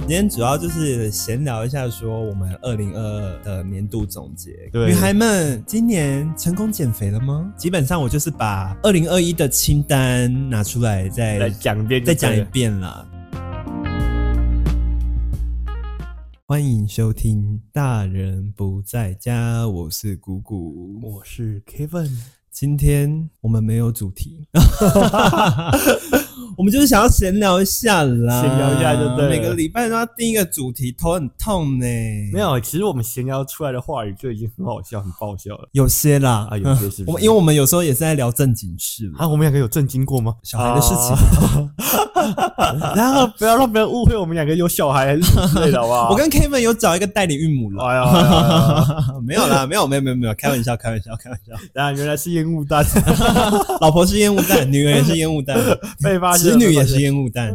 今天主要就是闲聊一下，说我们二零二二的年度总结。对女孩们，今年成功减肥了吗？基本上我就是把二零二一的清单拿出来来再讲一遍就再对了，讲一遍啦。欢迎收听《大人不在家》，我是谷谷，我是 Kevin，今天我们没有主 题，我们就是想要闲聊一下啦，闲聊一下就对了每个礼拜都要定一个主题，头很痛呢、没，有，其实我们闲聊出来的话语就已经很好笑、很爆笑了有些啦，啊，有 些是我不们是因为我们有时候也是在聊正经事嘛，啊，我们两个有震惊过吗？小孩的事情。 啊，然后 不要让别人误会我们两个有小孩还是什么之类的，好不 好？我跟 Kevin 有找一个代理孕母了，哎呀哎呀，哎呀 没有啦，没有，没有，没有，没有，开玩笑，开玩笑，开玩笑。然后啊原来是烟雾弹 老婆是烟雾弹，女儿也是烟雾弹，被发现侄了，女也被发是现了烟雾弹，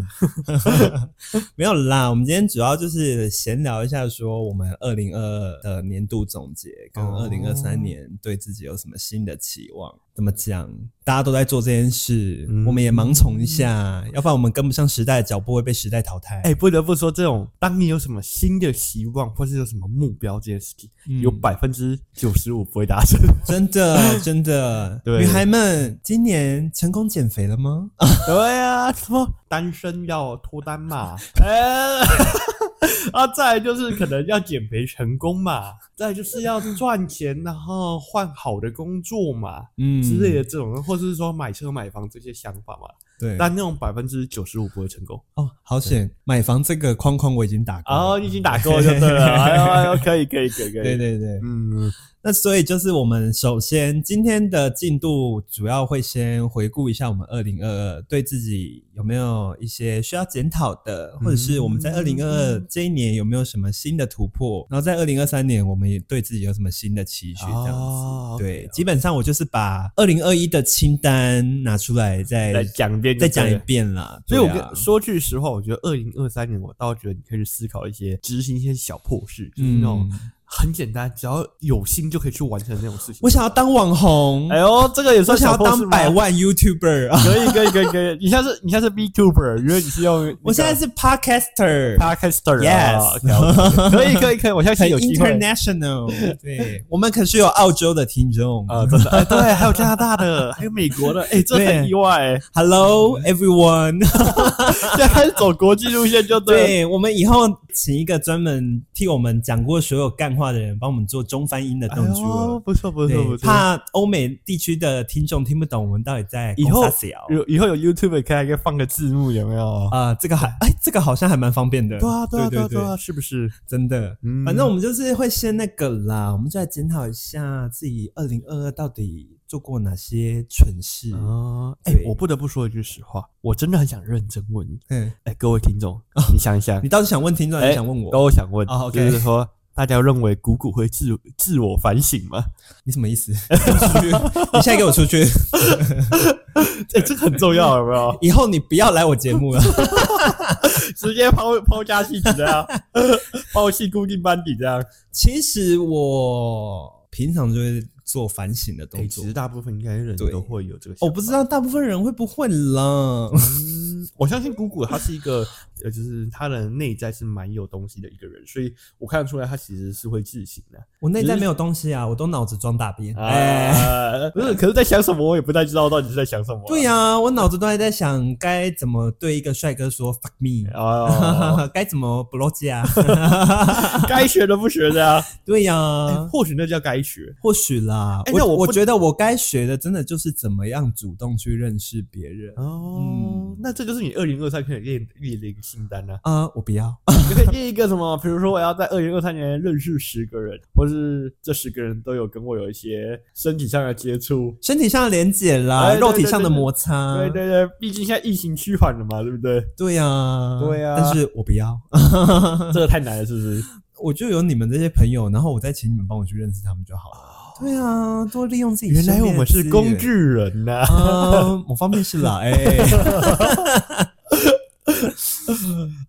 没有啦。我们今天主要就是闲聊一下，说我们二零二二的年度总结，跟哦二零二三年对自己有什么新的期望。怎么讲？大家都在做这件事，嗯我们也盲从一下，要不然我们跟不上时代的脚步，会被时代淘汰。哎、不得不说，这种当你有什么新的希望或是有什么目标这件事情，嗯有百分之九十五不会达成。真的，真的， 对女孩们，今年成功减肥了吗？对啊，什么单身要脱单嘛， 呃、啊，再来就是可能要减肥成功嘛，再来就是要赚钱，然后换好的工作嘛。嗯之类的，这种，或者是说买车买房这些想法嘛，对，但那种百分之九十五不会成功。哦，好险，买房这个框框我已经打过了。哦，你已经打勾就对了， 哎呦哎呦，可以可以可以可以，对对对，嗯，那所以就是我们首先今天的进度主要会先回顾一下我们二零二二对自己有没有一些需要检讨的，或者是我们嗯在二零二二这一年有没有什么新的突破，然后在二零二三年我们也对自己有什么新的期许这样子。哦对 OK，基本上我就是把二零二一的清单拿出来再来讲一遍再就对了，讲一遍啦。所以我对跟、啊说句实话，我觉得二零二三年我倒觉得你可以去思考一些执行一些小破事，就是那种嗯很简单，只要有心就可以去完成的那种事情。我想要当网红，哎呦，这个也我算想小要破事当吗百。万 YouTuber 啊！可以可以可以可以，你像是你像是 B Tuber，因为你是 用 我现在是 Podcaster， Podcaster， Yes 啊，OK，OK，可以可以可以，我相很信有机会 international，对我们可是有澳洲的听众。啊，真 的，哎对，还有加拿大的，还有美国 的，哎，这对很意外，哎 Hello everyone，现在开始走国际路线就 对了。对我们以后请一个专门替我们讲过所有干话的人，帮我们做中翻英的哎动呦作。不错不错不对，错，怕欧美地区的听众听不懂我们到底在以后公司小有以后有 YouTube 可以给放个字幕，有没有？啊，这个还哎，这个好像还蛮方便的。对啊，对啊，对对啊，对啊，是不是？真的。嗯反正我们就是会先那个啦，我们就来检讨一下自己二零二二到底做过哪些蠢事。啊，哎、对我不得不说一句实话，我真的很想认真问你，嗯，哎、各位听众，你想一想你，到底想问听众，还是哎想问我？都想问，哦，OK 就是说，大家认为谷谷会自自我反省吗？你什么意思？ 你现在给我出 去，哎、这个很重要，有没有？以后你不要来我节目了。 直接抛抛家弃子这样， 抛弃固定班底这样。其实我平常就会做反省的哎、动其作实，大部分应该人对都会有这个，我不知。道大部分人会不会 啦。嗯，我相信谷谷他是一个，呃，就是他的内在是蛮有东西的一个人，所以我看得出来他其实是会自省的。啊我内在没有东西啊，我都脑子装大便。哎、哎，不是，可是在想什么，我也不太知道到底是在想什么、啊对、呀、我脑子都还在想该怎么对一个帅哥说 fuck me，哦， 该怎么 blow 啊？该学的不学的呀、对呀、哎或许那叫该学。或许啦，哎那我我不我觉得我该学的真的就是怎么样主动去认识别人。哦，那这就是你二零二三可以列列的一个清单啊，啊、我不要。你可以列一个什么，比如说我要在二零二三年认识十个人，或是这十个人都有跟我有一些身体上的接触。身体上的连结啦，哎对肉体上的摩擦，对对对，毕竟现在疫情趋缓了嘛，对不对？对呀、对呀但是我不要，这个太难了，是不是？我就有你们这些朋友，然后我再请你们帮我去认识他们就好了。对啊，多利用自己。哦原来我们是工具。人呐、啊，某方面是啦，哎、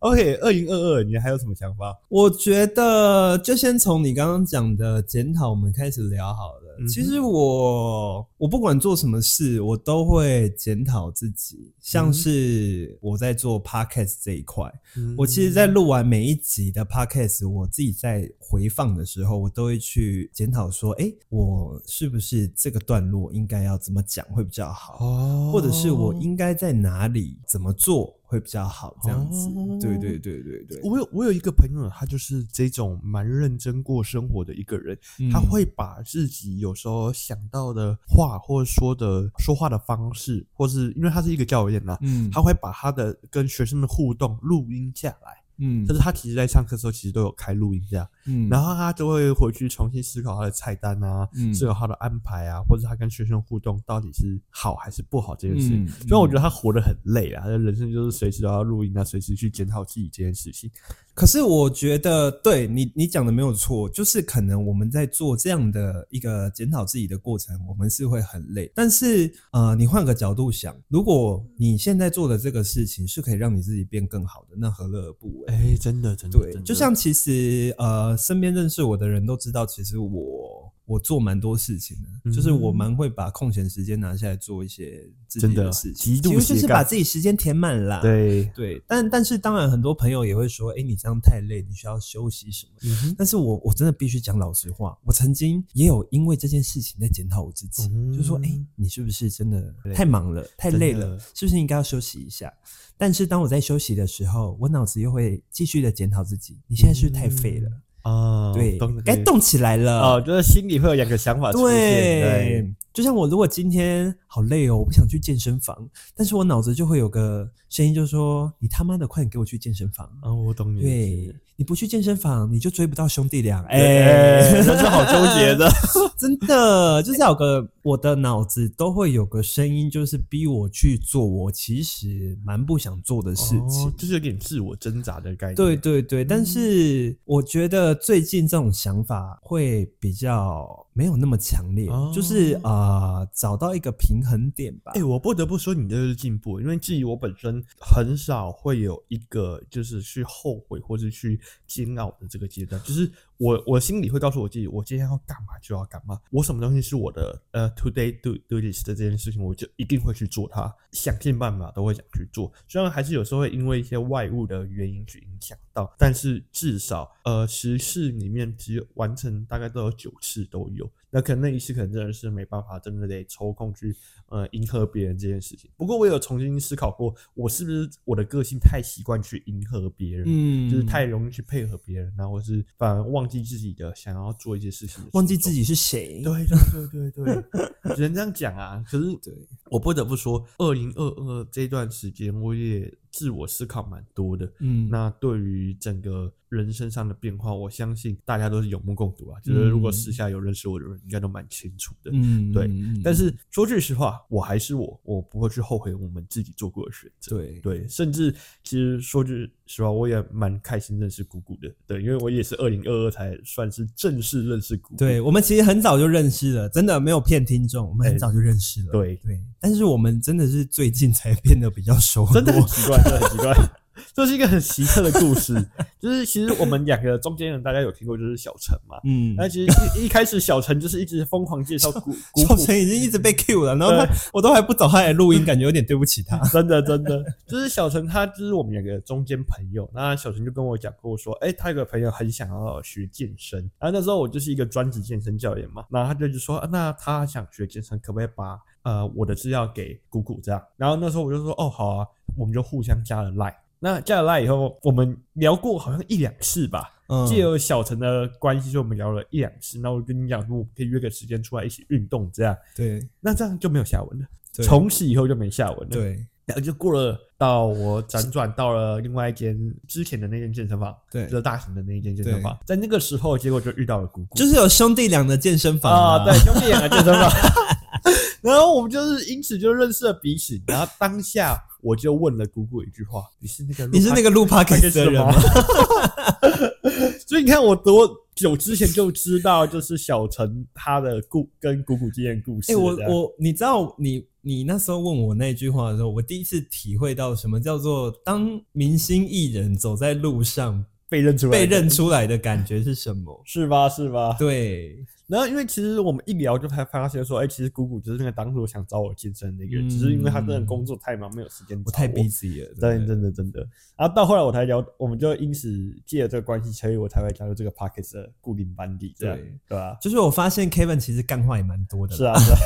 OK，二零二二，你还有什么想法？我觉得就先从你刚刚讲的检讨，我们开始聊好了。嗯哼其实我我不管做什么事，我都会检讨自己。嗯像是我在做 podcast 这一块，我其实，在录完每一集的 podcast，我自己在回放的时候，我都会去检讨说，哎、我是不是这个段落应该要怎么讲会比较好，哦或者是我应该在哪里怎么做会比较好，这样子。哦对对对对对，我有我有一个朋友，他就是这种蛮认真过生活的一个人，嗯他会把自己有时候想到的话，或者说的说话的方式，或是因为他是一个教练呐、嗯他会把他的跟学生的互动录音下来。嗯但是他其实在上课的时候，其实都有开录音这样，嗯然后他就会回去重新思考他的菜单啊，嗯思考他的安排啊，或者他跟学生互动到底是好还是不好这件事情。嗯虽然我觉得他活得很累啊，他人生就是随时都要录音啊，随时去检讨自己这件事情。可是我觉得，对你你讲的没有错，就是可能我们在做这样的一个检讨自己的过程，我们是会很累。但是呃，你换个角度想，如果你现在做的这个事情是可以让你自己变更好的，那何乐而不为？哎，真的，真的，对真，的就像其实呃，身边认识我的人都知道，其实我我做蛮多事情的，嗯就是我蛮会把空闲时间拿下来做一些自己真的事情，极度其实就是斜杠把自己时间填满啦。。对，对，但但是当然，很多朋友也会说，哎、你这样太累，你需要休息什么。嗯哼但是我我真的必须讲老实话，我曾经也有因为这件事情在检讨我自己，嗯就说，哎、你是不是真的太忙了，太累真了的，是不是应该要休息一下？但是当我在休息的时候，我脑子又会继续的检讨自己，你现在是不是太废了，啊，对懂得，该动起来了。哦，就是心里会有两个想啊法出现，哎对，对，就像我如果今天好累哦，我不想去健身房，但是我脑子就会有个声音，就说你他妈的快点给我去健身房。啊，我懂你的意对思，，你不去健身房，你就追不到兄弟俩。 哎，哎，人是好纠结的， 真的就是要有个我的脑子都会有个声音，就是逼我去做我其实蛮不想做的事情。哦 就是有点自我挣扎的概念，对对对，嗯但是我觉得最近这种想法会比较没有那么强烈，哦就是啊、呃找到一个平衡点吧。哎、我不得不说，你这是进步，因为至于我本身很少会有一个就是去后悔或是去煎熬的这个阶段，就是我我心里会告诉我自己，我今天要干嘛就要干嘛，我什么东西是我的呃 today do do list 的这件事情，我就一定会去做它，想尽办法都会想去做。虽然还是有时候会因为一些外物的原因去影响到，但是至少呃十次里面只有完成大概都有九次都有，那可能那一次可能真的是没办法，真的得抽空去呃迎合别人这件事情。不过我有重新思考过，我是不是我的个性太习惯去迎合别人，嗯就是太容易去配合别人，然后是反而忘记自己的想要做一些事情的初衷，忘记自己是谁。对对对对对，只能这样讲啊。可是对我不得不说，二零二二这段时间，我也自我思考蛮多的。嗯，那对于整个人身上的变化，我相信大家都是有目共睹啊。就是如果嗯私下有认识我的人，应该都蛮清楚的。嗯对嗯嗯但是说句实话，我还是我，我不会去后悔我们自己做过的选择。对对，甚至其实说句实话，我也蛮开心认识姑姑的。对，因为我也是二零二二才算是正式认识姑姑。对，我们其实很早就认识了，真的没有骗听众，我们很早就认识了。对对，但是我们真的是最近才变得比较熟络，真的很奇怪，真的很奇怪。 这是一个很奇特的故事，就是其实我们两个中间人，大家有听过就是小陈嘛。嗯，那其实一一开始小陈就是一直疯狂介绍古古小朴，陈已经一直嗯被 Q 了，然后他我都还不找他来录音，感觉有点对不起 他。真的真的就是小陈他就是我们两个中间朋友。那小陈就跟我讲过说，哎、他有个朋友很想要学健身，然后那时候我就是一个专职健身教练嘛，然后他就一直说，啊那他想学健身，可不可以把呃我的资料给谷谷这样？然后那时候我就说，哦好啊，我们就互相加了 line。那加了 line 以后，我们聊过好像一两次吧，嗯借由小陈的关系，就我们聊了一两次。那我跟你讲说，我们可以约个时间出来一起运动，这样，对，那这样就没有下文了。对从此以后就没下文了。，对然后就过了到我辗转到了另外一间之前的那间健身房，对就是大型的那一间健身房。在那个时候，结果就遇到了姑姑，就是有兄弟俩的健身房啊，啊对，兄弟俩健身房。 然后我们就是因此就认识了彼此。然后当下我就问了姑姑一句话：“你是那个你是那个录 podcast 的人吗？？ 所以你看我多久之前就知道，就是小陈他的故跟姑姑之间的故事哎、了。我这样我你知道你你那时候问我那句话的时候，我第一次体会到什么叫做当明星艺人走在路上被认出来，被认出来的感觉是什么？是吧？是吧？对，然后，因为其实我们一聊就才发现说，哎、其实谷谷就是那个当初想找我健身的一个人，只是因为他真的工作太忙，没有时间嗯找我太 busy 了，真的的真的真的。然后到后来我才聊，我们就因此借了这个关系，所以我才会加入这个 Pockets 的固定班底，这样对对吧、就是我发现 Kevin 其实干话也蛮多的，是啊，是啊。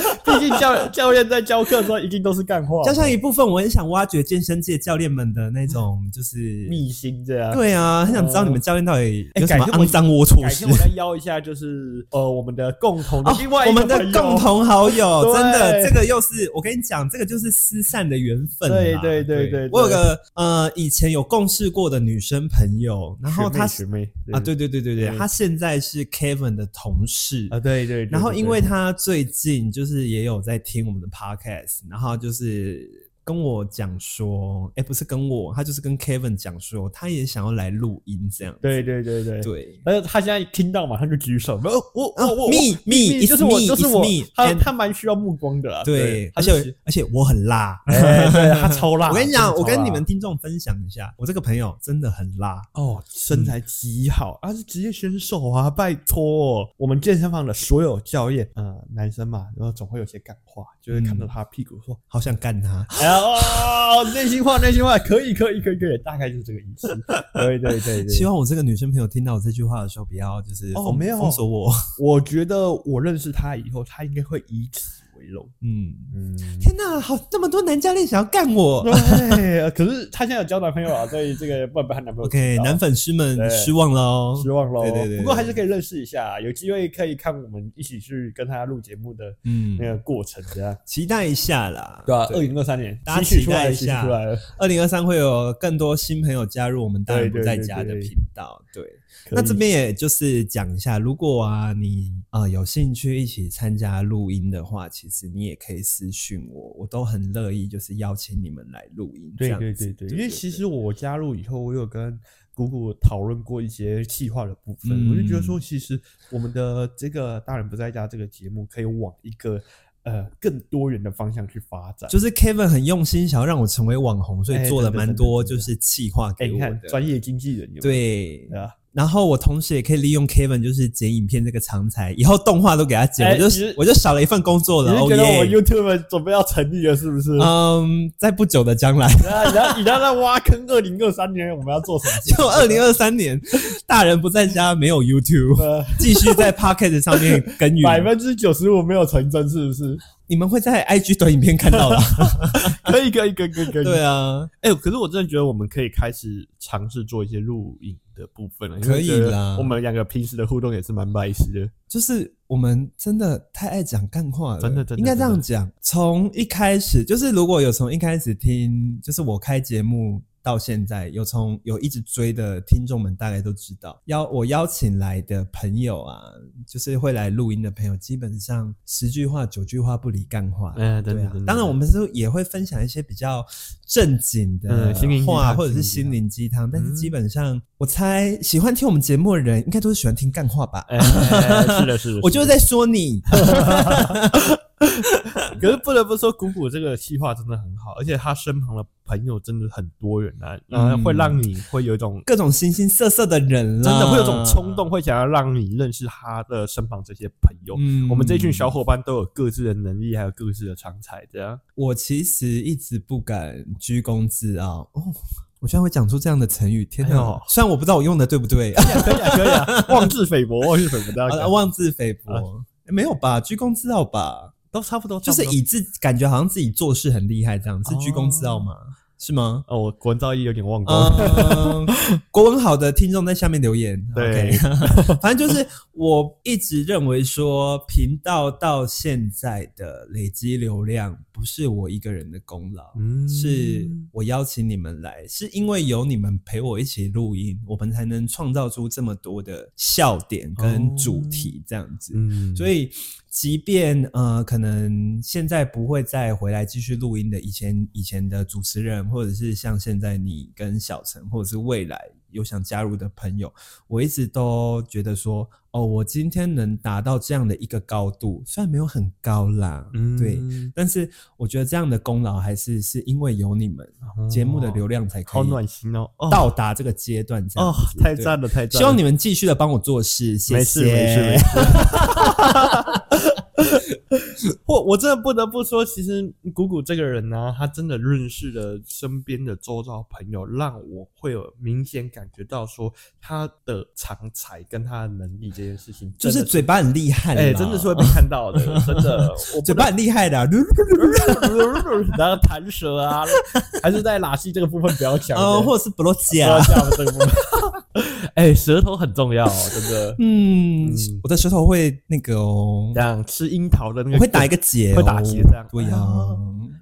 毕竟教教练在教课的时候，一定都是干话，加上一部分我很想挖掘健身界教练们的那种，就是秘辛这样。对啊，很想知道你们教练到底哎有什么改天我肮脏龌龊改事天我。再邀一下，就是呃，我们的共同的哦另外我一个们的朋友共同好友，对真的，这个又是我跟你讲，这个就是失散的缘分啦。对对对对对我有个呃，以前有共事过的女生朋友，然后学妹她学妹啊，对对对对对，嗯她现在是 Kevin 的同事啊，对对对，然后对因为他最近就是也有在听我们的 podcast，然后就是跟我讲说，哎，不是跟我，他就是跟 Kevin 讲说，他也想要来录音这样子。对对对对对，对，但是他现在听到马上就举手，没有哦我啊我我，me 我 me，就是 it's 我 me，就是 it's 我 me，，他 and- 他蛮需要目光的啦，对，他而就且而且我很辣。 哎对他超辣，我跟你讲，我跟你们真的听众分享一下，我这个朋友真的很辣。超辣哦，身嗯材极好，他是职业选手啊，拜托，我们健身房的所有教练，呃，男生嘛，然后总会有些感化，就会看嗯到他屁股说，好想干他，哎呀，哦，内心话内心话，可以可以可以可以，大概就是这个 意思，对对对对希，望我这个女生朋友听到我这句话的时候，不要就是哦封没有封锁我。我觉得我认识他以后，他应该会以此为荣， 嗯，嗯。天哪，好那么多男教练想要干我。对，呃可是她现在有交男朋友啊，所以这个不能被她男朋友 OK，知道男粉丝们对失望哦喽，失望喽。对对对对不过还是可以认识一下，有机会可以看我们一起去跟他录节目的嗯那，个过程，这样。期待一下啦。对吧？啊二零二三年，啊大家期许期出来待了，一期下许出来了。二零二三会有更多新朋友加入我们大人不在家的对对对对频道。对，可以那这边也就是讲一下，如果啊你啊有兴趣一起参加录音的话，其实你也可以私讯我，我都很乐意，就是邀请你们来录音。对这样对子对对，因为其实我加入以后，我有跟姑姑讨论过一些企划的部分，嗯我就觉得说，其实我们的这个《大人不在家》这个节目可以往一个呃更多元的方向去发展。就是 Kevin 很用心，想要让我成为网红，所以哎做了真的蛮真的多真就的是企划哎，给你我看的。专业经纪人有没有对，对啊，然后我同时也可以利用 Kevin 就是剪影片这个长才，以后动画都给他剪，哎我你就是我就少了一份工作你了。是哦觉得耶！我 YouTube 准备要成立了是不是？嗯，在不久的将来，啊，你要你要在挖坑，二零二三年我们要做什么？ 就二零二三年，大人不在家，没有 YouTube，呃，继续在 Pocket 上面耕耘。百分之九十五没有成真，是不 是？你们会在 IG 短影片看到 啦。可以，可以，可以，可以，可以。对啊，哎、可是我真的觉得我们可以开始尝试做一些录影的部分了。因为可以觉得啦我们两个平时的互动也是蛮白痴的。就是我们真的太爱讲干话了，真的真的应该这样讲。从一开始，就是如果有从一开始听，就是我开节目到现在，有从有一直追的听众们，大概都知道，邀我邀请来的朋友啊，就是会来录音的朋友，基本上十句话九句话不离干话。嗯，对啊真的，当然我们是也会分享一些比较正经的嗯心灵鸡话，汤或者是心心灵鸡汤，但是嗯基本上我猜喜欢听我们节目的人，应该都是喜欢听干话吧。 哎、哎哎是的，是的，我就是是的。在说你， 可是不得不说，谷谷这个计划真的很好，而且他身旁的朋友真的很多元啊，嗯、嗯会让你会有一种各种形形色色的人啦，真的会有种冲动，。会想要让你认识他的身旁这些朋友。嗯我们这一群小，伙伴都有各自的能力，还有各自的长才，这样。我其实一直不敢居功自傲哦，我居然会讲出这样的成语，天哎哪呦！虽然我不知道我用的对不对， 可以啊，可以啊，妄自菲薄，妄自菲薄，大好家了可以妄自菲哎薄，没有吧？居功自傲吧，都差不多，就是差不多以自感觉好像自己做事很厉害这样，是居功自傲吗？是吗？哦，我国文造诣有点忘光。嗯，国文好的听众在下面留言。对 OK 反正就是我一直认为说，频道到现在的累积流量不是我一个人的功劳，嗯是我邀请你们来，是因为有你们陪我一起录音，我们才能创造出这么多的笑点跟主哦题这样子。嗯所以，即便呃，可能现在不会再回来继续录音的，以前以前的主持人，或者是像现在你跟小陈，或者是未来有想加入的朋友，我一直都觉得说，哦，我今天能达到这样的一个高度，虽然没有很高啦，嗯，对，但是我觉得这样的功劳还是是因为有你们哦节目的流量才可好以暖心哦，哦到达这个阶段，这样哦子，太对赞了，太赞了！希望你们继续的帮我做事，谢谢。没事没事 没事。 我我真的不得不说，其实谷谷这个人呢、他真的认识了身边的周遭朋友，让我会有明显感觉到说他的长才跟他的能力这件事情，就是真的嘴巴很厉害啦，哎、真的是会被看 到的，真的。我嘴巴很厉害 的啊， 然后弹舌啊，还是在拉西这个部分不要讲，呃，或者是 b l o 不 c 要 a 讲这个部分。 哎、舌头很重要、哦，真的。 嗯嗯，我的舌头会那个哦这，样吃樱桃的那个，我会打一个结哦，会打结这样对呀啊，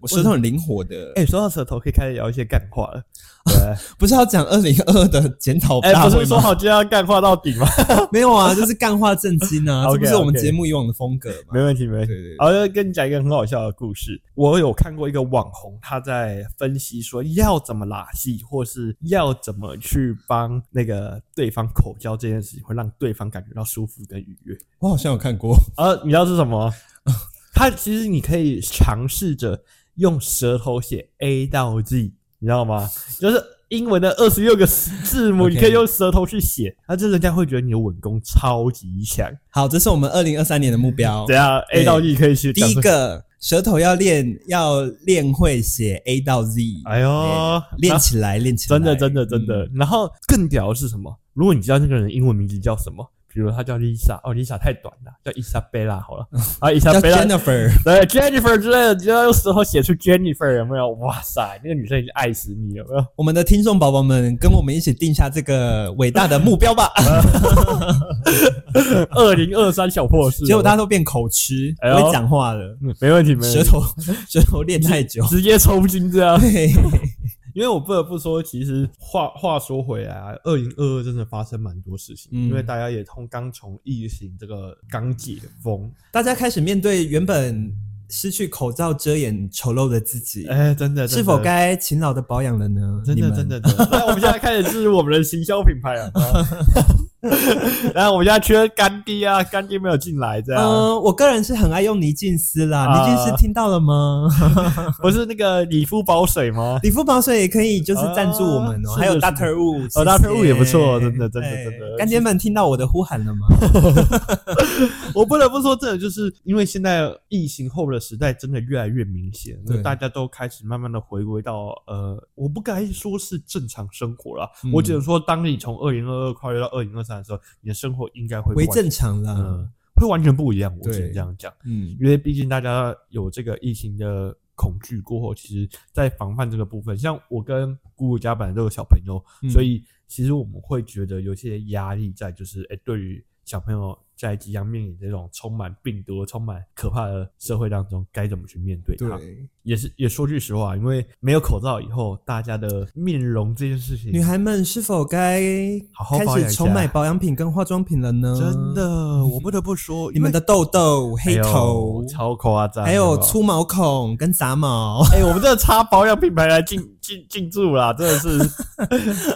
我舌头很灵活的。哎、说到舌头，可以开始聊一些干话了。对，啊 不是要讲二零二的 检讨哎、大不会是说吗？好今天要干话到底吗？ 没有啊，就是干话正经 啊，这 OK，不是我们 OK 节目以往的风格 没吗？问题，没问题对对对。 好，要跟你讲一个很好笑的故事。我有看过一个网红，他在分析说要怎么拉戏，或是要怎么去帮那个对方口交这件事情，会让对方感觉到舒服跟愉悦。我好像有看过，呃，你知道是什么？ 他其实你可以尝试着用舌头写 A 到 Z，你知道吗？就是英文的二十六个字母， OK 你可以用舌头去写，那这人家会觉得你的吻功超级强。好，这是我们二零二三年的目 标怎。样对？A 到 Z 可以去哎第一，个，舌头要练，要练会写 A 到 Z，哎呦，练起来，练起来，嗯真的，真的，真的。然后更屌的是什么？如果你知道那个人的英文名字叫什么，比如他叫 Lisa，哦，Lisa 太短了，叫 Isabella 好了， 啊嗯。叫，Isabella Jennifer，对 Jennifer 之类的，你知道有时候写出 Jennifer 有没有？哇塞，那个女生已经爱死你有没有？我们的听众宝宝们，跟我们一起定下这个伟大的目标 吧。二零二三小破事，结果大家都变口吃，不哎呦会讲话了，嗯没问题，没问舌题，头 舌头练太久。 直接抽筋这样。对， 因为我不得不说，其实话话说回来啊，二零二二真的发生蛮多事情，嗯因为大家也通刚从疫情这个刚解封，大家开始面对原本失去口罩遮掩丑陋的自己，哎，真的，真的是否？该勤劳的保养了呢？真你的们真的真的，那我们现在开始是我们的行销品牌了。 然后我们现在缺干爹啊，干爹没有进来，这样。嗯，我个人是很爱用泥净丝啦。啊泥净丝听到了 吗？不是那个理肤宝水吗？理肤保水也可以，就是赞助我们哦。啊还有是的 Doctor Wu，哦，Dr. Wu 也不错真的真的哎真的干爹们听到我的呼喊了吗？我不得不说，真的就是因为现在疫情后的时代真的越来越明显，对大家都开始慢慢的回归到呃，我不该说是正常生活了，嗯我只能说，当你从二零二二跨越到二零二三的时候，你的生活应该会为完正常嗯、啦。会完全不一样，我只能对这样讲，嗯，因为毕竟大家有这个疫情的。恐惧过后，其实，在防范这个部分，像我跟姑姑家本来都有小朋友，嗯所以其实我们会觉得有些压力在，就是哎、诶对于小朋友在即将面临这种充满病毒、充满可怕的社会当中，该怎么去面对它？对。也是也说句实话，因为没有口罩以后，大家的面容这件事情，女孩们是否该好好保开养一始下重买保养品跟化妆品了呢？真，的，我不得不说，嗯你们的痘痘、黑因为头哎呦，超夸张，还有不粗毛孔跟杂毛， 哎、我们这插保养品牌来进进进驻啦，真的是。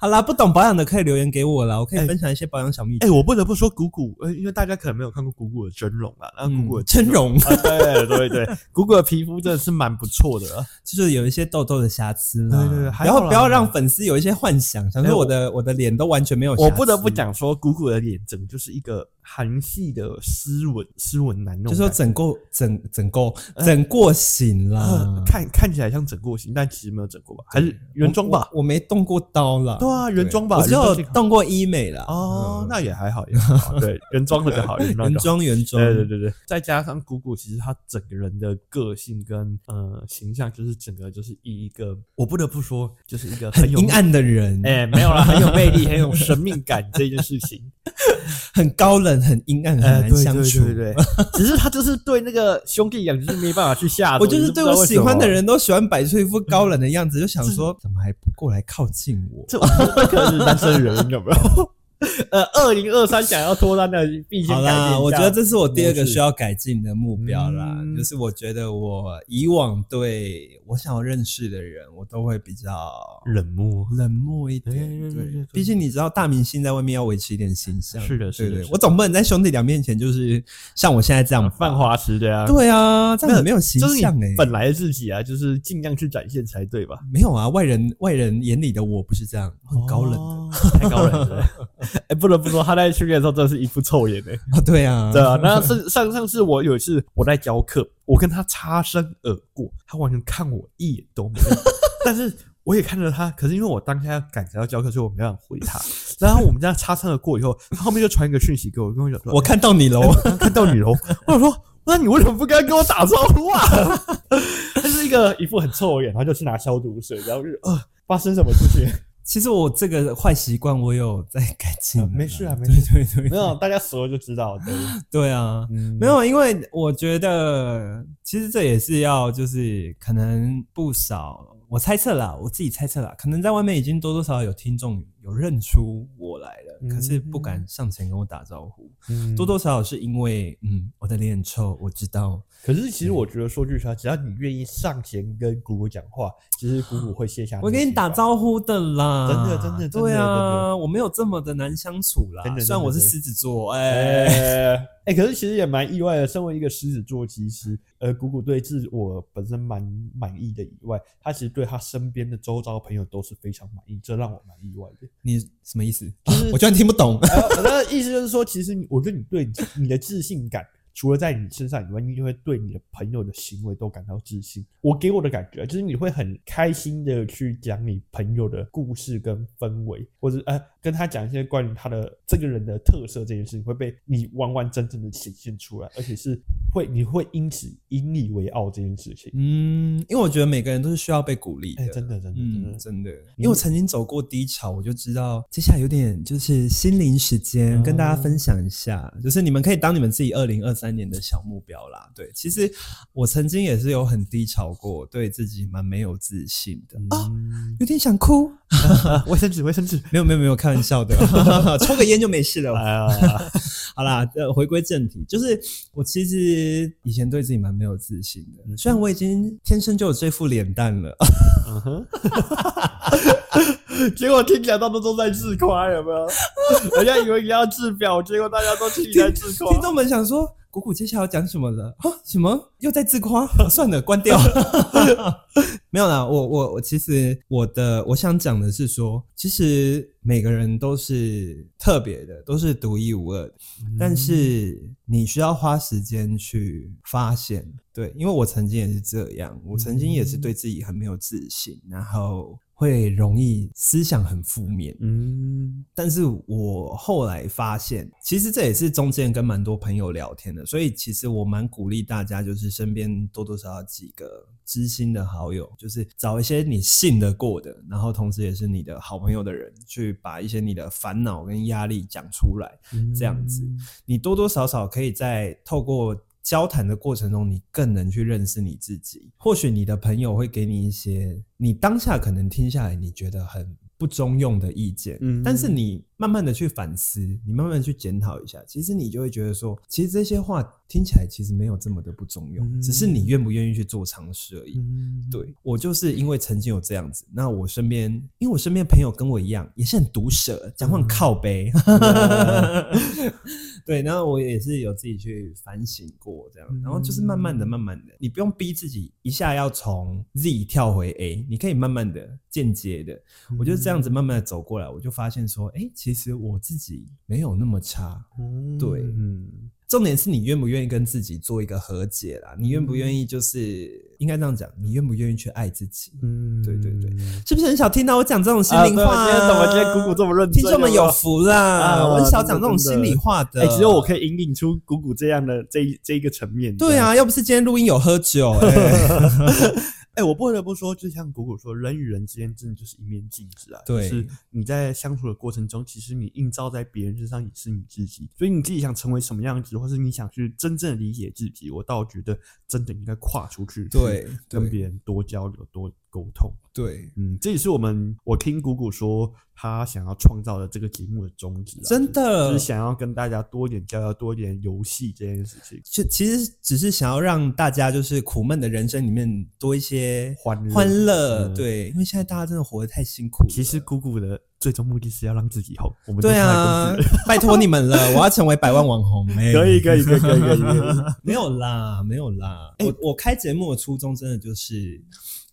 好啦，不懂保养的可以留言给我啦，我可以哎分享一些保养小秘 哎、诀。我不得不说，谷谷，呃，因为大家可能没有看过谷谷的真容啊，那谷谷的嗯，真容 啊，对对对，谷谷的皮肤真的是蛮不错的啊。就是有一些痘痘的瑕疵啦，对对对还然好后啦不要让粉丝有一些幻想，想哎说我我的我的脸都完全没有瑕疵。我不得不，讲说，谷谷的脸整个就是一个韩系的斯文斯文男那就种感觉，说整过整整过整过型啦呃，看看起来像整过型，但其实没有整过吧，还是原装吧？我我我没动过刀啦，对啊，原装吧，我只原有装就好动过医美啦。哦嗯，那也还好，也还好，对，原装的就 好，原装原就好。装原装，对对对对，再加上姑姑，其实她整个人的个性跟呃形象，就是整个就是以一个我不得不说，就是一个很很有阴，暗的人，哎、没有啦，很有魅力，很有生命感这件事情，很高冷，很阴 暗，很呃，难对相处。对对对对，只是她就是对那个兄弟俩就是没办法去下手，我就是对我喜欢的人。人都喜欢摆出一副高嗯冷的样子，就想说怎么还不过来靠近我？这我觉得可能是单身的原因，有没有？ 呃，二零二三想要脱单的，必须好啦，我觉得这是我第二个需要。要改进的目标啦，嗯就是我觉得我以往对我想要认识的人，我都会比较冷漠，冷漠一对点。对对对对，毕竟你知道大明星在外面要维持一点形象，是的是的对对是的啊我总不能在兄弟俩面前就是像我现在这样吧犯。花痴的呀，，对啊，这样很没有形就是象哎、你本来的自己啊，就是尽量去展现才对吧？没有啊，外人外人眼里的我不是这样，很高冷的哦，太高冷了。 哎，不得不说，他在训练的时候真的是一副臭脸哎。啊。对啊，对啊，那上上上次我有一次我在教课，我跟他擦身而过，他完全看我一眼都 没有，但是我也看着他，可是因为我当下赶着要教课，所以我没办法回他。然后我们这样擦身而过以后，他后面就传一个讯息给我，跟我讲说：“我看到你喽。哦刚看到你喽。我想说，那你为什么不跟他跟我打招呼啊？ 他是一个一副很臭的脸，然后就去拿消毒水，然后就呃，发生什么事情？ 其实我这个坏习惯我有在改进、啊没事啊没对 对对对 没有，大家熟了就知道。对，对啊，嗯没有，因为我觉得其实这也是要，就是可能不少，我猜测啦，我自己猜测啦，可能在外面已经多多少少有听众有认出我来了，可是不敢上前跟我打招呼，嗯多。多少少是因为，嗯，我的脸很臭，我知道，可是其实我觉得说句实话，只要你愿意上前跟姑姑讲话，其实姑姑会卸下。我给你打，招呼的啦，真的真的真的对真啊，我没有这么的难相处啦真，的虽然我是真的狮子座，哎、哎，哎可是其实也蛮意外的。身为一个狮子座机师，呃，姑姑对自我本身蛮满意的以外，他其实对他身边的周遭朋友都是非常满意，这让我蛮意外的。你什么意 思？就是我居然听不懂，呃，我的意思就是说，其实你我觉得你对你自你的自信感，除了在你身上以外，你也会对你的朋友的行为都感到自信。我给我的感觉就是你会很开心的去讲你朋友的故事跟氛围，或者呃跟他讲一些关于他的这个人的特色这件事情，会被你完完整整的显现出来，而且是会你会因此引以为傲这件事情。嗯，因为我觉得每个人都是需要被鼓励哎、的。真的，真的，真的嗯，，真的，因为我曾经走过低潮，我就知道接下来有点就是心灵时间，嗯跟大家分享一下，就是你们可以当你们自己二零二三年的小目标啦。对，其实我曾经也是有很低潮过，对自己蛮没有自信的，哦嗯有点想哭。啊，卫生纸，卫生纸，没有没有没有，开玩笑的， 抽个烟就没事 了。 哎呀，好啦，呃，回归正题，就是我其实以前对自己蛮没有自信的，虽然我已经天生就有这副脸蛋了，嗯哼， 结果听起来大家都在自夸，有没有？人家以为你要自表，结果大家都听你在自听夸。众们想说，谷谷接下来要讲什么了？啊，什么又在自夸？ 啊算了，关掉。没有啦，我我我其实我的我想讲的是说，其实每个人都是特别的，都是独一无二的，嗯但是你需要花时间去发现。对，因为我曾经也是这样，我曾经也是对自己很没有自信，然后会容易思想很负面。嗯，但是我后来发现，其实这也是中间跟蛮多朋友聊天的，所以其实我蛮鼓励大家，就是身边多多少少几个知心的好友，就是找一些你信得过的，然后同时也是你的好朋友的人，去把一些你的烦恼跟压力讲出来。嗯嗯这样子你多多少少可以在透过交谈的过程中，你更能去认识你自己。或许你的朋友会给你一些你当下可能听下来你觉得很不中用的意见，嗯但是你慢慢的去反思，你慢慢地去检讨一下，其实你就会觉得说，其实这些话听起来其实没有这么的不中用，嗯只是你愿不愿意去做尝试而已。嗯，对我就是因为曾经有这样子，那我身边，因为我身边朋友跟我一样，也是很毒舌，讲话嗯很靠背， 对，然后我也是有自己去反省过这样，然后就是慢慢嗯的、慢慢的，你不用逼自己一下要从 Z 跳回 A，你可以慢慢的、间接的，我就这样嗯子慢慢的走过来，我就发现说，哎、其实我自己没有那么差，嗯，对嗯，重点是你愿不愿意跟自己做一个和解啦，你愿不愿意就是应该这样讲，你愿不愿意去爱自己？嗯，对对对，是不是很少听到我讲这种心里话、啊对今天怎么今天姑姑这么认真听众们有福啦！啊我很少讲这种心里话的。哎，只有我可以引领出谷谷这样的这一这一个层面。对啊，要不是今天录音有喝酒、 哎哎、我不得不说，就像谷谷说，人与人之间真的就是一面镜子啊。对就是你在相处的过程中，其实你映照在别人身上也是你自己。所以你自己想成为什么样子，或是你想去真正理解自己，我倒觉得真的应该跨出去，对跟对别人多交流、多沟通。对，嗯，这也是我们我听谷谷说他想要创造的这个节目的宗旨啊，真就是的就是，想要跟大家多一点交流，多一点游戏这件事情，就其实只是想要让大家就是苦闷的人生里面多一些欢乐欢乐，嗯对，因为现在大家真的活得太辛苦了。其实姑姑的最终目的是要让自己红，我们都对是啊她的公司， 拜托你们了， 我要成为百万网红、哎可以可以可以可以可哎以可以， 没有啦，没有啦。我我开节目的初衷真的就是，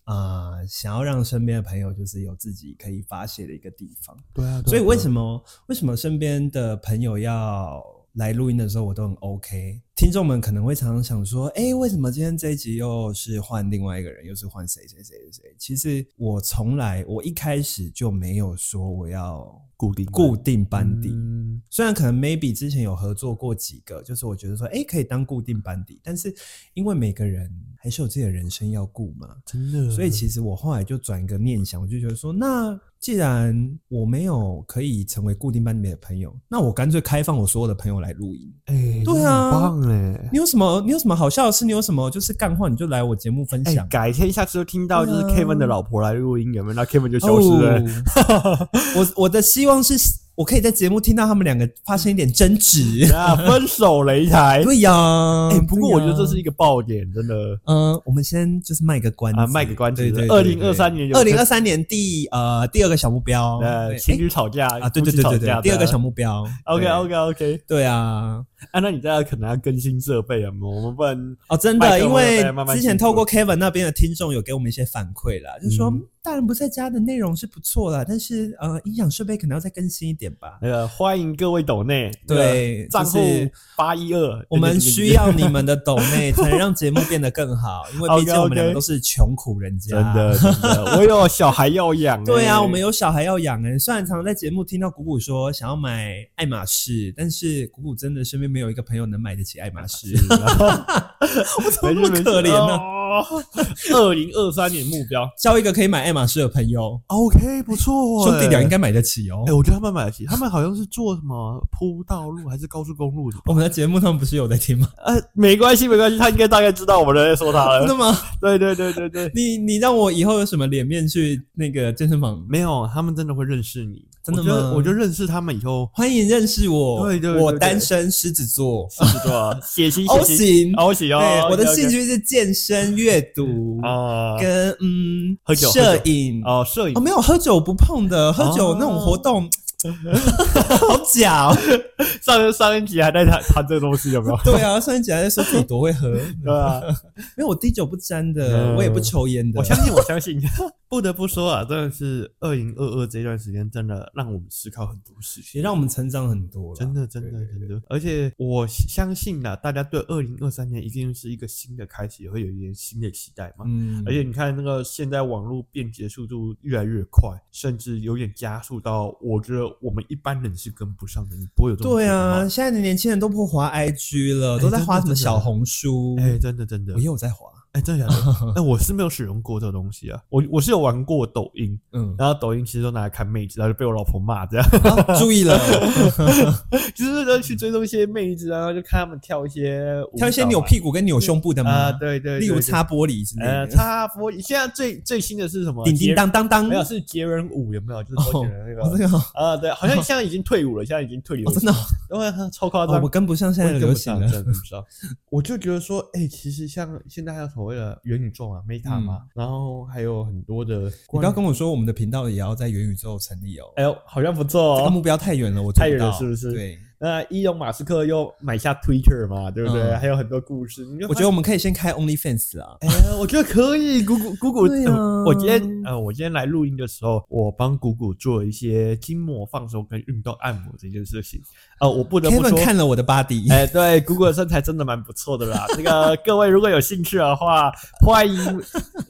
啊，想要让身边的朋友就是有自己可以发泄的一个地方。对啊，所以为什么么为什么身边的朋友要来录音的时候我都很 OK？听众们可能会常常想说，哎、为什么今天这一集又是换另外一个人，又是换谁谁谁谁谁？其实我从来我一开始就没有说我要啊固定固定班底。嗯虽然可能 maybe 之前有合作过几个，就是我觉得说，哎、可以当固定班底，但是因为每个人还是有自己的人生要顾嘛，真的，所以其实我后来就转一个念想，我就觉得说，那既然我没有可以成为固定班里的朋友，那我干脆开放我所有的朋友来录音。哎，对真的啊很棒哎。你有什么？你有什么好笑的事？你有什么就是干话，你就来我节目分哎、享。改天下次就听到就是对啊 Kevin 的老婆来录音，有没有？那 Kevin 就消失了。哦 我我的希望是我可以在节目听到他们两个发生一点争执。啊，分手擂台。对呀， 哎、不过我觉得这是一一个爆点，真的。呃，我们先就是卖个关子啊卖个关子对对，二零二三年有二零二三年第呃第二个小目标，呃，对情哎侣吵架啊，对对夫妻对吵对架对，的第二个小目标。 OK 对 OK OK，对啊，啊，那你这样可能要更新设备啊，我们不能哦，真麦的，克风因有为在慢慢之前进步透过 Kevin 那边的听众有给我们一些反馈啦，就说嗯大人不在家的内容是不错啦，但是呃，音响设备可能要再更新一点吧。呃，欢迎各位抖内，对呃账户就是八一二，我们需要你们的抖内，才能让节目变得更好，因为毕竟 OK，OK 我们两个都是穷苦人家。真的，真的，我有小孩要 养欸，对啊，我们有小孩要养哎、虽然常常在节目听到谷谷说想要买爱马仕，但是谷谷真的身边没有一个朋友能买得起爱马仕，我怎么那么可怜啊呢哦二零二三年目标交一个可以买爱马仕的朋友， ，OK，不错欸，兄弟俩应该买得起哦哎、。我觉得他们买得起，他们好像是做什么铺道路还是高速公路的吧？我们的节目他们不是有在听吗？呃，没关系，没关系，他应该大概知道我们在说他真的 了。吗？对对对对对，你你让我以后有什么脸面去那个健身房？没有，他们真的会认识你，真的我觉得吗我觉得认识他们以后，欢迎认识我，对对对我对单身狮子座是不是 啊？血型 O 血型型， ，O 型哦对， ，OK，OK，我的兴趣是健身、阅读 啊，跟嗯喝酒喝酒摄影。哦，摄哦，影没有喝酒我不碰的，喝酒那种活动好假哦。？上上一集还在谈谈这个东西，有没 有对啊，上一集还在说自己多会 喝，没对啊，有我滴酒不沾的，嗯我也不抽烟的我。相信，我相信， 不得不说啊，真的是二零二二这段时间，真的让我们思考很多事也情，让我们成长很多了，真的，真的，对真的。而且我相信啦，大家对二零二三年一定是一个新的开始，也会有一点新的期待嘛。嗯，而且你看，那个现在网络便捷速度越来越快，甚至有点加速到，我觉得我们一般人是跟不上的。你不会有这种对状啊，况，现在的年轻人都不滑 IG 了，哎都在滑真的什么真的小红书。哎、真的真的我，也有在滑，哎、真的假 的？哎，我是没有使用过这个东西啊，我我是有玩过抖音，嗯，然后抖音其实都拿来看妹子，然后就被我老婆骂这样， 啊注意了，就是说去追踪一些妹子，啊然后就看她们跳一些舞蹈啊挑一些扭屁股跟扭胸部的啊，嘛，对对，对例如对擦玻璃之类呃的，擦玻璃，现在最最新的是什么？叮叮当当当节，没。有是杰人舞有没有？就是周杰伦那个哦，这个哦啊，对，好像现在已经退伍了，现在已经退伍哦了，真的哦，哇，超夸哦张我。跟不上现在的我跟流不行上，了真。的跟不上。我就觉得说，哎、其实像现在还有所谓的元宇宙嘛，Meta 啊嘛，然后还有很多的嗯你关于，不要跟我说我们的频道也要在元宇宙成立哦，哎呦，好像不错这哦个。目标太远了，我做太远到了是不是对，那伊隆马斯克又买下 Twitter 嘛，对不对？嗯还有很多故事，你就我觉得得。我们可以先开 OnlyFans 啊。哎、我觉得可以，谷谷谷谷，对啊呃我今天呃，我今天来录音的时候，我帮谷谷做一些筋膜放松跟运动按摩这件事情。呃，我不得不 Kevin 说，看了我的 body，哎、对，谷谷的身材真的蛮不错的啦。那个各位如果有兴趣的话，欢迎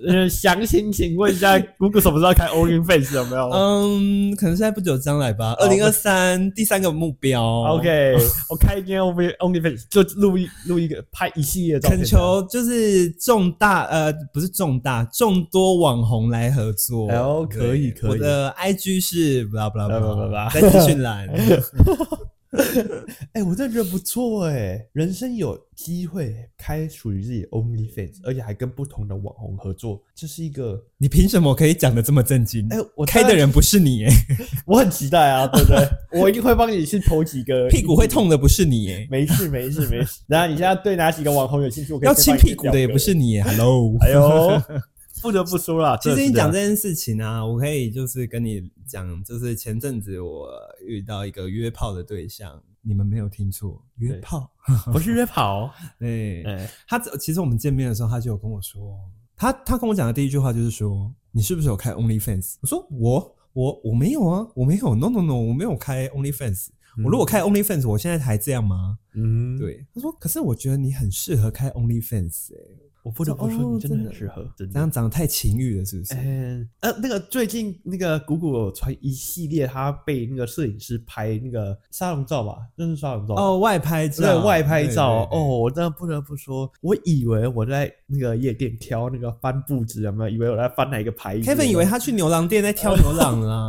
呃详情请问一下谷谷什么时候开 Only Face 有没有、嗯，可能是在不久将来吧。哦二零二三第三个目标 o k 我开一间 Only Only Face 就录一录一个拍一系列照片恳的，求就是重大呃，不是重大，众多网红来合作。哎呦可对以可以我的 IG 是 blah blah blah blah blah blah 在资讯栏。哎、我真的觉得不错哎、人生有机会开属于自己的 OnlyFans，而且还跟不同的网红合作，这是一个 你凭什么可以讲的这么震惊？哎、我开当的然人不是你耶，我很期待啊，对不对？ 我一定会帮你去投几 个屁股会。痛的不是你耶，没事没事没事，然后你现在对哪几个网红有兴趣？我可以要先亲帮你屁股表的也格不是。你耶。Hello， 哎 呦，不得不说 啦，其真的实是你这讲样这件事情啊，我可以就是跟你讲，就是前阵子我遇到一个约炮的对象，你们没有听错，约对炮。不是约 跑，对，哎，他其实我们见面的时候，他就有跟我说，他他跟我讲的第一句话就是说，你是不是有开 OnlyFans？我说我我我没有啊，我没有，no no no，我没有开 OnlyFans。我如果开 OnlyFans，我现在还这样吗？嗯，对，他说，可是我觉得你很适合开 OnlyFans，哎、我不得不说你哦真的真很的适合，真这的样。长得太情欲了，是不是？嗯，呃，那个最近那个谷谷有传一系列他被那个摄影师拍那个沙龙照吧，那是沙龙照吧哦，外拍对照，外拍照对对对哦，我真的不得不说，我以为我在那个夜店挑那个翻布子，有没有？以为我在翻哪一个牌子 Kevin 以为他去牛郎店在挑牛郎啊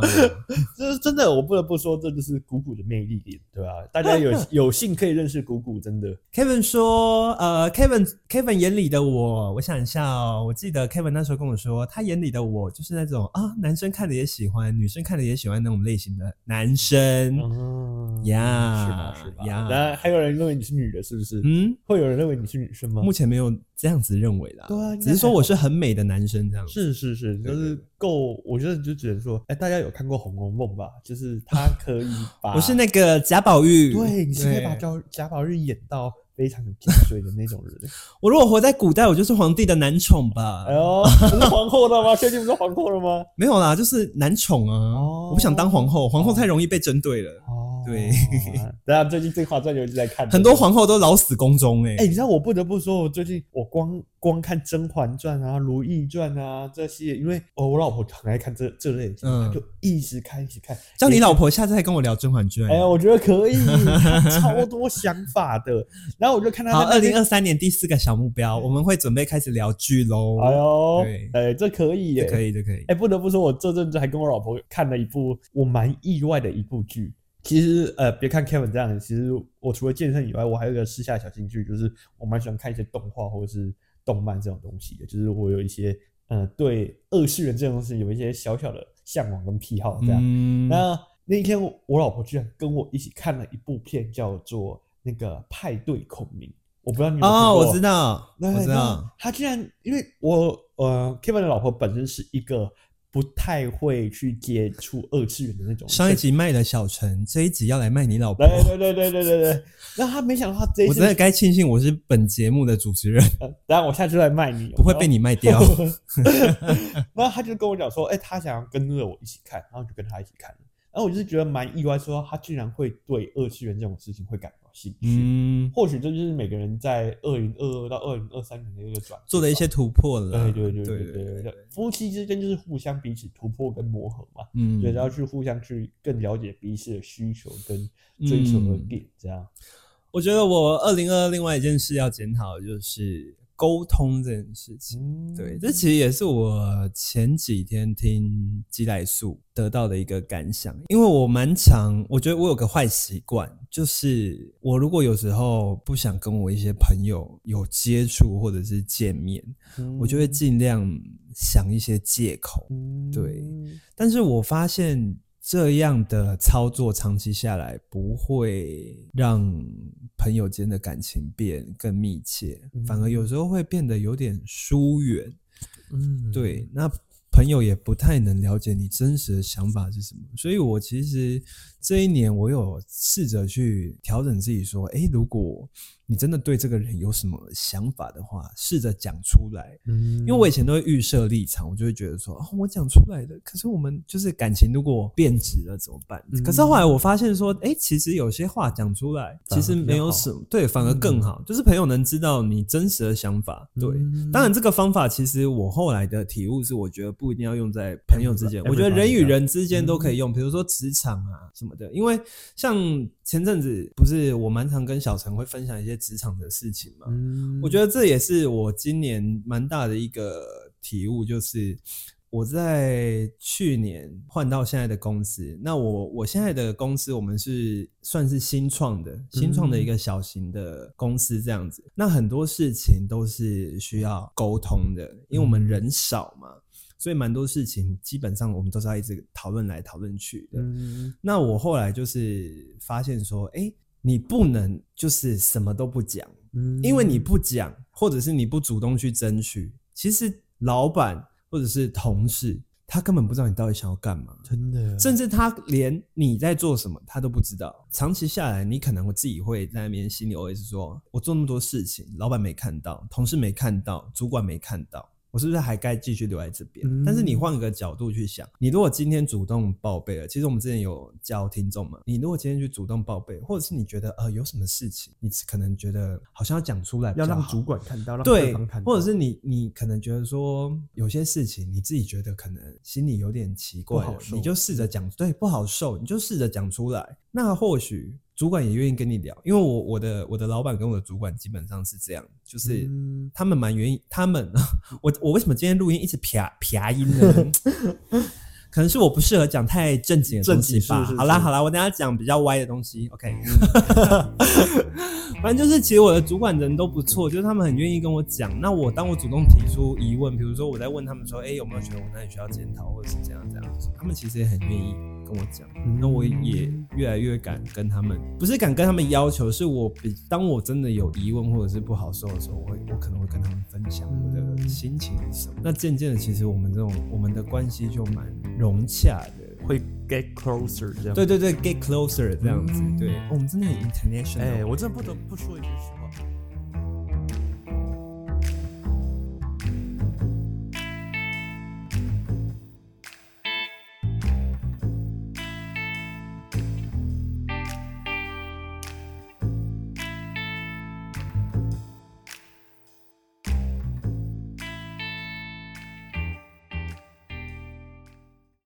啦，这是真的，我不得不说，这就是谷谷的魅力点，对吧、大 家有有幸可以认识谷谷，真的 Kevin 说：“呃，Kevin Kevin 眼里的我，我想一下哦，我记得 Kevin 那时候跟我说，他眼里的我就是那种啊，男生看了也喜欢，女生看了也喜欢那种类型的男生哦是吧嗯呀是吧？然后呀。还有人认为你是女的，是不是？嗯，会有人认为你是女生吗？目前没有这样子认为啦，对啊应该只是说我是很美的男生这样子。是是是，就对对是够，我觉得就只能说，哎，大家有看过《红楼梦》吧？就是他 可以把，我是那个贾宝玉，啊对，你是可以把对贾贾宝玉演到非常精髓的那种人。 我如果活在古代，我就是皇帝的男宠吧。哎呦，不是皇后了吗？确定不是皇后了 吗？没有啦，就是男宠啊。哦我不想当皇后，皇后太容易被针对了。哦对，大家最近《甄嬛传》有一直在看，很多。皇后都老死宫中哎、哎、你知道我不得不说，我最近我光光看《甄嬛传》啊、《如懿传》啊这些，因为哦，我老婆很爱看这这类的剧，嗯她就一直看一直看。叫你老婆下次再跟我聊《甄嬛传啊哎》。呀，我觉 得可以，她超多想法的。然后我就看她好，在二那边嗯零二三年第四个小目标，我们会准备开始聊剧喽。哎呦对，哎，这可以耶，这可以，这可以。哎、不得不说，我这阵子还跟我老婆看了一部我蛮意外的一部剧。其实，呃，别看 Kevin 这样，其实我除了健身以外，我还有一个私下小兴趣，就是我蛮喜欢看一些动画或者是动漫这种东西的。就是我有一些，呃，对二次元这种东西有一些小小的向往跟癖好这样。嗯，那那一天我，我老婆居然跟我一起看了一部片，叫做那个《派对孔明》，我不知道你有没有看哦，过我知道，对我知那道。他居然因为我呃，Kevin 的老婆本身是一个不太会去接触二次元的那种。上一，集卖了小陈，这一集要来卖你老婆对。对对对对对对。然后他没想到他这一我次真，的该庆幸我是本节目的主持 人，呃然后我下次来卖你，不会被你卖 掉。哦然后他就跟我讲说，哎、他想要跟着我一起看，然后就跟他一起看了。然后我就是觉得蛮意外，说他居然会对二次元这种事情会感到兴 趣。嗯，或许这就是每个人在二零二二到二零二三年的一个转折做的一吧些突破了啦。对对对对对对对，夫妻之间就是互相彼此突破跟磨合嘛，嗯所以要去互相去更了解彼此的需求跟追求的点，这样。我觉得我二零二另外一件事要检讨的就是沟通这件事情。嗯，对，这其实也是我前几天听鸡来素得到的一个感想，因为我蛮常，我觉得我有个坏习惯，就是我如果有时候不想跟我一些朋友有接触或者是见面，我就会尽量想一些借口，嗯，对但是我发现这样的操作长期下来不会让朋友间的感情变更密切，反而有时候会变得有点疏远。嗯，对，那朋友也不太能了解你真实的想法是什么，所以我其实这一年我有试着去调整自己，说，诶，如果你真的对这个人有什么想法的话，试着讲出来。嗯，因因为我以前都会预设立场，我就会觉得说，哦，我讲出来的，可是我们就是感情如果变质了怎么办？嗯可是后来我发现说，哎、其实有些话讲出来，反而其实没有什么，对，反而更好，就是朋友能知道你真实的想法。对，嗯当然这个方法其实我后来的体悟是，我觉得不一定要用在朋友之间， Everybody- 我觉得人与人之间都可以用，比如说职场啊什么的，因为像前阵子不是我蛮常跟小陈会分享一些职场的事情嘛，嗯，我觉得这也是我今年蛮大的一个体悟，就是我在去年换到现在的公司，那我我现在的公司我们是算是新创的，新创嗯的一个小型的公司这样子。那很多事情都是需要沟通的，因为我们嗯人少嘛，所以蛮多事情基本上我们都是要一直讨论来讨论去的。嗯，那我后来就是发现说，哎、你不能就是什么都不讲，嗯因为你不讲，或者是你不主动去争取，其实老板或者是同事，他根本不知道你到底想要干嘛，真的甚至他连你在做什么他都不知道。长期下来，你可能会自己会在那边心里 OS 说：我做那么多事情，老板没看到，同事没看到，主管没看到。我是不是还该继续留在这边？嗯但是你换个角度去想，你如果今天主动报备了，其实我们之前有教听众嘛，你如果今天去主动报备，或者是你觉得呃有什么事情，你可能觉得好像要讲出来比要较让好主管看到，让对方看，到，或者是你你可能觉得说有些事情你自己觉得可能心里有点奇怪不了好，受嗯你就试着讲，对，不好受，你就试着讲出来。那或许主管也愿意跟你聊，因为我我的我的老板跟我的主管基本上是这样，就是。嗯他们蛮愿意，他们 我我为什么今天录音一直啪啪音呢？ 可能是我不适合讲太正经的东西吧。正经是是好啦是嗯好啦，我等一下讲比较歪的东西。OK，反正就是其实我的主管人都不错，就是他们很愿意跟我讲。那我当我主动提出疑问，比如说我在问他们说，哎、有没有觉得我哪里需要检讨，或者是怎样怎样，他们其实也很愿意跟我讲。那我也嗯越来越敢跟他们，不是敢跟他们要求，是我比当我真的有疑问或者是不好受的时候，我会我可能会跟他们分享我的心情是什么。那渐渐的，其实我们这种我们的关系就蛮融洽的。会 get closer 这样。对对对，get 哦 closer 这样子，嗯哎对，我们真的很 international。哎，我真的不得不说一句实话。